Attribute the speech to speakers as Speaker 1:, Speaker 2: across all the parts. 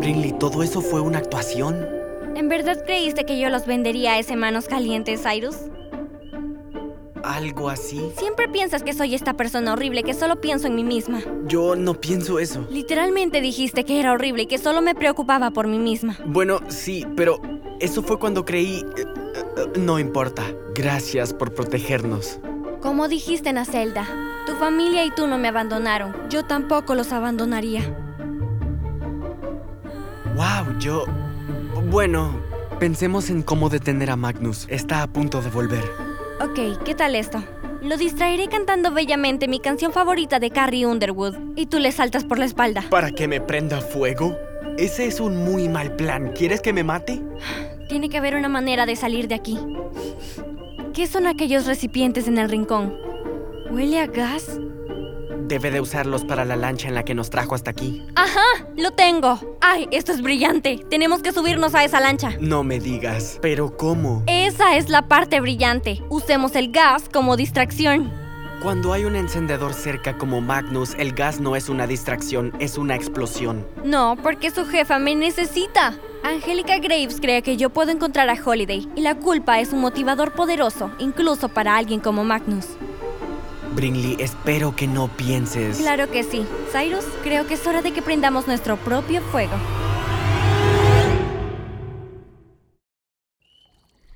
Speaker 1: Brinley, ¿todo eso fue una actuación?
Speaker 2: ¿En verdad creíste que yo los vendería a ese manos calientes, Cyrus?
Speaker 1: ¿Algo así?
Speaker 2: Siempre piensas que soy esta persona horrible que solo pienso en mí misma.
Speaker 1: Yo no pienso eso.
Speaker 2: Literalmente dijiste que era horrible y que solo me preocupaba por mí misma.
Speaker 1: Bueno, sí, pero eso fue cuando creí... eh, eh, eh, no importa. Gracias por protegernos.
Speaker 2: Como dijiste, Nacelda, tu familia y tú no me abandonaron. Yo tampoco los abandonaría.
Speaker 1: Wow, yo... Bueno, pensemos en cómo detener a Magnus. Está a punto de volver.
Speaker 2: Ok, ¿qué tal esto? Lo distraeré cantando bellamente mi canción favorita de Carrie Underwood y tú le saltas por la espalda.
Speaker 1: ¿Para que me prenda fuego? Ese es un muy mal plan. ¿Quieres que me mate?
Speaker 2: Tiene que haber una manera de salir de aquí. ¿Qué son aquellos recipientes en el rincón? ¿Huele a gas?
Speaker 1: Debe de usarlos para la lancha en la que nos trajo hasta aquí.
Speaker 2: ¡Ajá! ¡Lo tengo! ¡Ay, esto es brillante! Tenemos que subirnos a esa lancha.
Speaker 1: No me digas. ¿Pero cómo?
Speaker 2: Esa es la parte brillante. Usemos el gas como distracción.
Speaker 1: Cuando hay un encendedor cerca como Magnus, el gas no es una distracción, es una explosión.
Speaker 2: No, porque su jefa me necesita. Angélica Graves cree que yo puedo encontrar a Holiday y la culpa es un motivador poderoso, incluso para alguien como Magnus.
Speaker 1: Brinley, espero que no pienses.
Speaker 2: Claro que sí. Cyrus, creo que es hora de que prendamos nuestro propio fuego.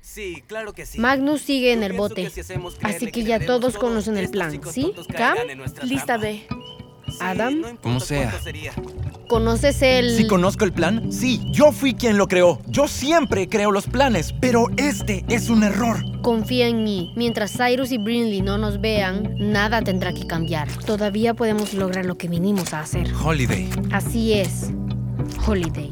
Speaker 1: Sí, claro que sí.
Speaker 3: Magnus sigue en
Speaker 1: Yo
Speaker 3: el
Speaker 1: pienso
Speaker 3: bote.
Speaker 1: si hacemos creerle
Speaker 3: Así que
Speaker 1: le
Speaker 3: ya
Speaker 1: debemos
Speaker 3: todos
Speaker 1: todo,
Speaker 3: conocen el
Speaker 1: estos
Speaker 3: plan,
Speaker 1: chicos
Speaker 3: ¿sí?
Speaker 1: tontos
Speaker 3: Cam,
Speaker 1: caerán en nuestra
Speaker 4: Lista
Speaker 1: trampa.
Speaker 4: B.
Speaker 1: Sí,
Speaker 3: Adam.
Speaker 1: no importa
Speaker 5: Como sea.
Speaker 1: cuánto sería.
Speaker 3: ¿Conoces el...?
Speaker 5: Si conozco el plan, sí, yo fui quien lo creó. Yo siempre creo los planes, pero este es un error.
Speaker 3: Confía en mí. Mientras Cyrus y Brinley no nos vean, nada tendrá que cambiar. Todavía podemos lograr lo que vinimos a hacer.
Speaker 5: Holiday.
Speaker 3: Así es, Holiday.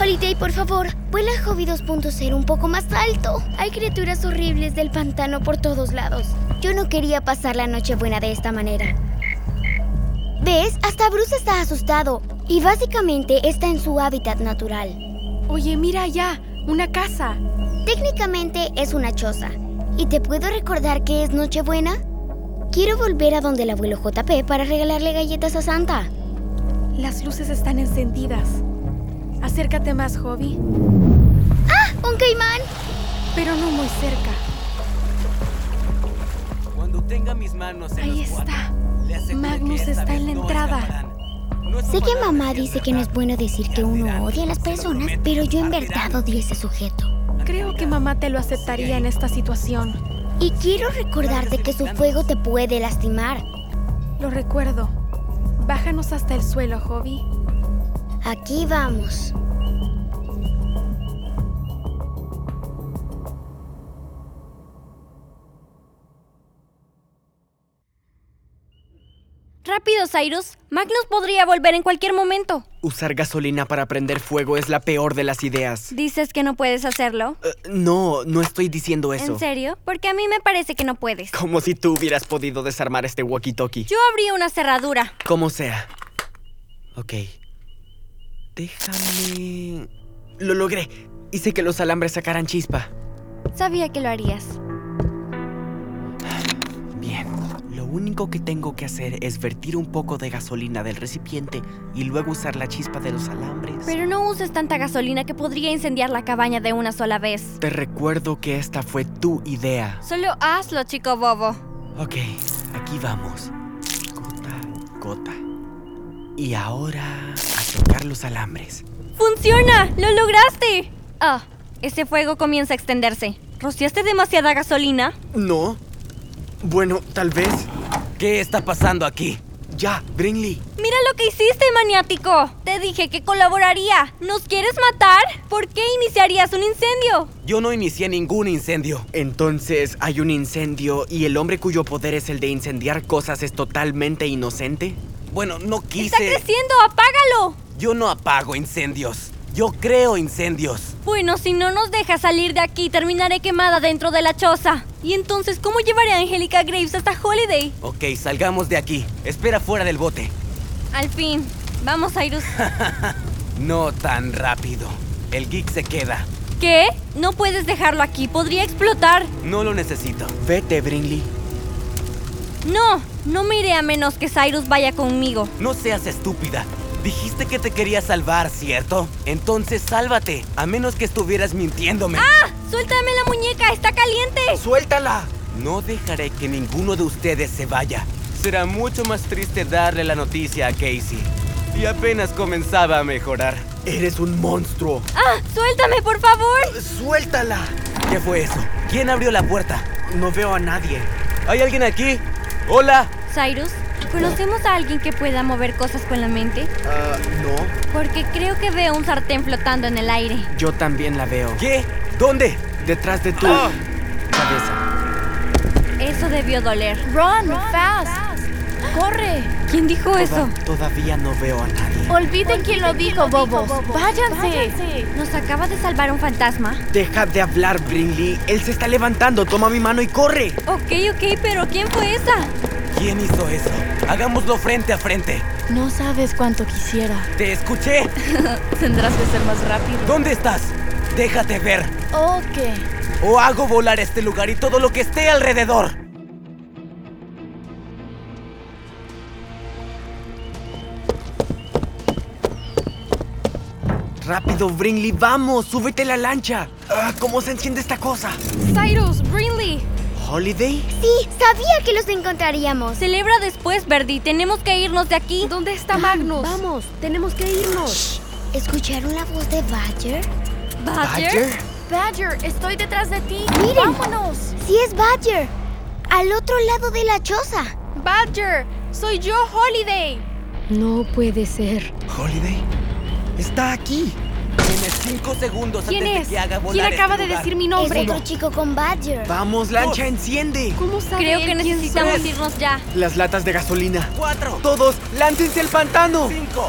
Speaker 6: Holiday, por favor, vuela Hobby 2.0 un poco más alto. Hay criaturas horribles del pantano por todos lados. Yo no quería pasar la noche buena de esta manera. ¿Ves? Hasta Bruce está asustado. Y básicamente está en su hábitat natural.
Speaker 4: Oye, mira allá, una casa.
Speaker 6: Técnicamente es una choza. ¿Y te puedo recordar que es Nochebuena? Quiero volver a donde el abuelo JP para regalarle galletas a Santa.
Speaker 4: Las luces están encendidas. Acércate más, Hobby,
Speaker 6: ¡Un caimán!
Speaker 4: pero no muy cerca.
Speaker 1: Cuando tenga mis manos en
Speaker 4: Ahí
Speaker 1: los cuatro,
Speaker 4: está.
Speaker 1: le aseguro
Speaker 4: Magnus
Speaker 1: que esta
Speaker 4: está en
Speaker 1: vez
Speaker 4: la
Speaker 1: no
Speaker 4: entrada.
Speaker 1: escaparán. No es
Speaker 6: Sé
Speaker 1: un
Speaker 6: que
Speaker 1: banal
Speaker 6: mamá
Speaker 1: de
Speaker 6: dice que no es
Speaker 1: cierta
Speaker 6: bueno decir que uno odia a las
Speaker 1: Se lo
Speaker 6: personas,
Speaker 1: prometo,
Speaker 6: pero yo en
Speaker 1: arderán.
Speaker 6: verdad odié a ese sujeto.
Speaker 4: Creo que mamá te lo aceptaría en esta situación.
Speaker 6: Y quiero recordarte que su fuego te puede lastimar.
Speaker 4: Lo recuerdo. Bájanos hasta el suelo, Hobby.
Speaker 6: Aquí vamos.
Speaker 2: Rápido, Cyrus. Magnus podría volver en cualquier momento.
Speaker 1: Usar gasolina para prender fuego es la peor de las ideas.
Speaker 2: ¿Dices que no puedes hacerlo?
Speaker 1: Eh, no, no estoy diciendo eso.
Speaker 2: ¿En serio? Porque a mí me parece que no puedes.
Speaker 1: Como si tú hubieras podido desarmar este walkie-talkie.
Speaker 2: Yo abrí una cerradura.
Speaker 1: Como sea. Ok. Déjame... Lo logré. Hice que los alambres sacaran chispa.
Speaker 2: Sabía que lo harías.
Speaker 1: Bien. Lo único que tengo que hacer es vertir un poco de gasolina del recipiente y luego usar la chispa de los alambres.
Speaker 2: Pero no uses tanta gasolina que podría incendiar la cabaña de una sola vez.
Speaker 1: Te recuerdo que esta fue tu idea.
Speaker 2: Solo hazlo, chico bobo.
Speaker 1: Ok, aquí vamos. Gota, gota. Y ahora a tocar los alambres.
Speaker 2: ¡Funciona! ¡Lo lograste! Ah, ese fuego comienza a extenderse. ¿Rociaste demasiada gasolina?
Speaker 1: No. Bueno, tal vez. ¿Qué está pasando aquí? Ya, Brinley.
Speaker 2: Mira lo que hiciste, maniático. Te dije que colaboraría. ¿Nos quieres matar? ¿Por qué iniciarías un incendio?
Speaker 1: Yo no inicié ningún incendio. Entonces, ¿hay un incendio y el hombre cuyo poder es el de incendiar cosas es totalmente inocente? Bueno, no
Speaker 2: Está
Speaker 1: quise.
Speaker 2: creciendo, apágalo.
Speaker 1: Yo no apago incendios. Yo creo incendios.
Speaker 2: Bueno, si no nos dejas salir de aquí, terminaré quemada dentro de la choza. Y entonces, ¿cómo llevaré a Angélica Graves hasta Holiday?
Speaker 1: Ok, salgamos de aquí. Espera fuera del bote.
Speaker 2: Al fin. Vamos, Cyrus.
Speaker 1: No tan rápido. El geek se queda.
Speaker 2: ¿Qué? No puedes dejarlo aquí. Podría explotar.
Speaker 1: No lo necesito. Vete, Brinley.
Speaker 2: No, no me iré a menos que Cyrus vaya conmigo.
Speaker 1: No seas estúpida. Dijiste que te quería salvar, ¿cierto? Entonces sálvate, a menos que estuvieras mintiéndome.
Speaker 2: ¡Ah! ¡Suéltame la muñeca! ¡Está caliente!
Speaker 1: ¡Suéltala! No dejaré que ninguno de ustedes se vaya. Será mucho más triste darle la noticia a Casey. Y apenas comenzaba a mejorar. Eres un monstruo.
Speaker 2: ¡Ah! ¡Suéltame, por favor!
Speaker 1: ¡Suéltala! ¿Qué fue eso? ¿Quién abrió la puerta? No veo a nadie. ¿Hay alguien aquí? ¡Hola!
Speaker 2: Cyrus, ¿conocemos a alguien que pueda mover cosas con la mente?
Speaker 1: no.
Speaker 2: Porque creo que veo un sartén flotando en el aire.
Speaker 1: Yo también la veo. ¿Qué? ¿Dónde? ¡Ah! Detrás de tu cabeza.
Speaker 2: Eso debió doler.
Speaker 4: Run, fast. Corre.
Speaker 2: ¿Quién dijo eso?
Speaker 1: Todavía no veo a nadie.
Speaker 4: Olviden quién lo dijo, bobos. Váyanse.
Speaker 2: Nos acaba de salvar un fantasma.
Speaker 1: Deja de hablar, Brinley. Él se está levantando. Toma mi mano y corre.
Speaker 2: Ok, ok, pero ¿quién fue esa?
Speaker 1: ¿Quién hizo eso? Hagámoslo frente a frente.
Speaker 4: No sabes cuánto quisiera.
Speaker 1: Te escuché.
Speaker 4: Tendrás que ser más rápido.
Speaker 1: ¿Dónde estás? Déjate ver.
Speaker 4: Ok.
Speaker 1: O hago volar este lugar y todo lo que esté alrededor. Rápido, Brinley, vamos, súbete a la lancha. Ah, ¿Cómo se enciende esta cosa?
Speaker 2: Cyrus, Brinley.
Speaker 1: ¿Holiday?
Speaker 6: Sí, sabía que los encontraríamos.
Speaker 2: Celebra después, Verdi. Tenemos que irnos de aquí.
Speaker 4: ¿Dónde está Magnus?
Speaker 3: Vamos, tenemos que irnos.
Speaker 6: ¿Escucharon la voz de Badger?
Speaker 2: ¿Badger?
Speaker 4: Badger, estoy detrás de ti.
Speaker 6: Miren.
Speaker 4: ¡Vámonos!
Speaker 6: Sí es Badger. Al otro lado de la choza.
Speaker 4: Badger, soy yo, Holiday.
Speaker 3: No puede ser.
Speaker 5: ¿Holiday? Está aquí.
Speaker 1: Tienes cinco segundos
Speaker 4: ¿Quién
Speaker 1: antes
Speaker 4: es?
Speaker 1: de que haga volar
Speaker 4: ¿Quién
Speaker 1: este
Speaker 4: acaba de
Speaker 1: lugar.
Speaker 4: decir mi
Speaker 6: Es
Speaker 4: nombre?
Speaker 6: otro chico con Badger.
Speaker 5: Vamos, lancha, enciende.
Speaker 4: ¿Cómo sabe
Speaker 2: Creo
Speaker 4: él
Speaker 2: que
Speaker 4: quién
Speaker 2: necesitamos
Speaker 4: soy?
Speaker 2: irnos ya.
Speaker 5: Las latas de gasolina.
Speaker 1: Cuatro,
Speaker 5: Todos, láncense al pantano.
Speaker 1: cinco.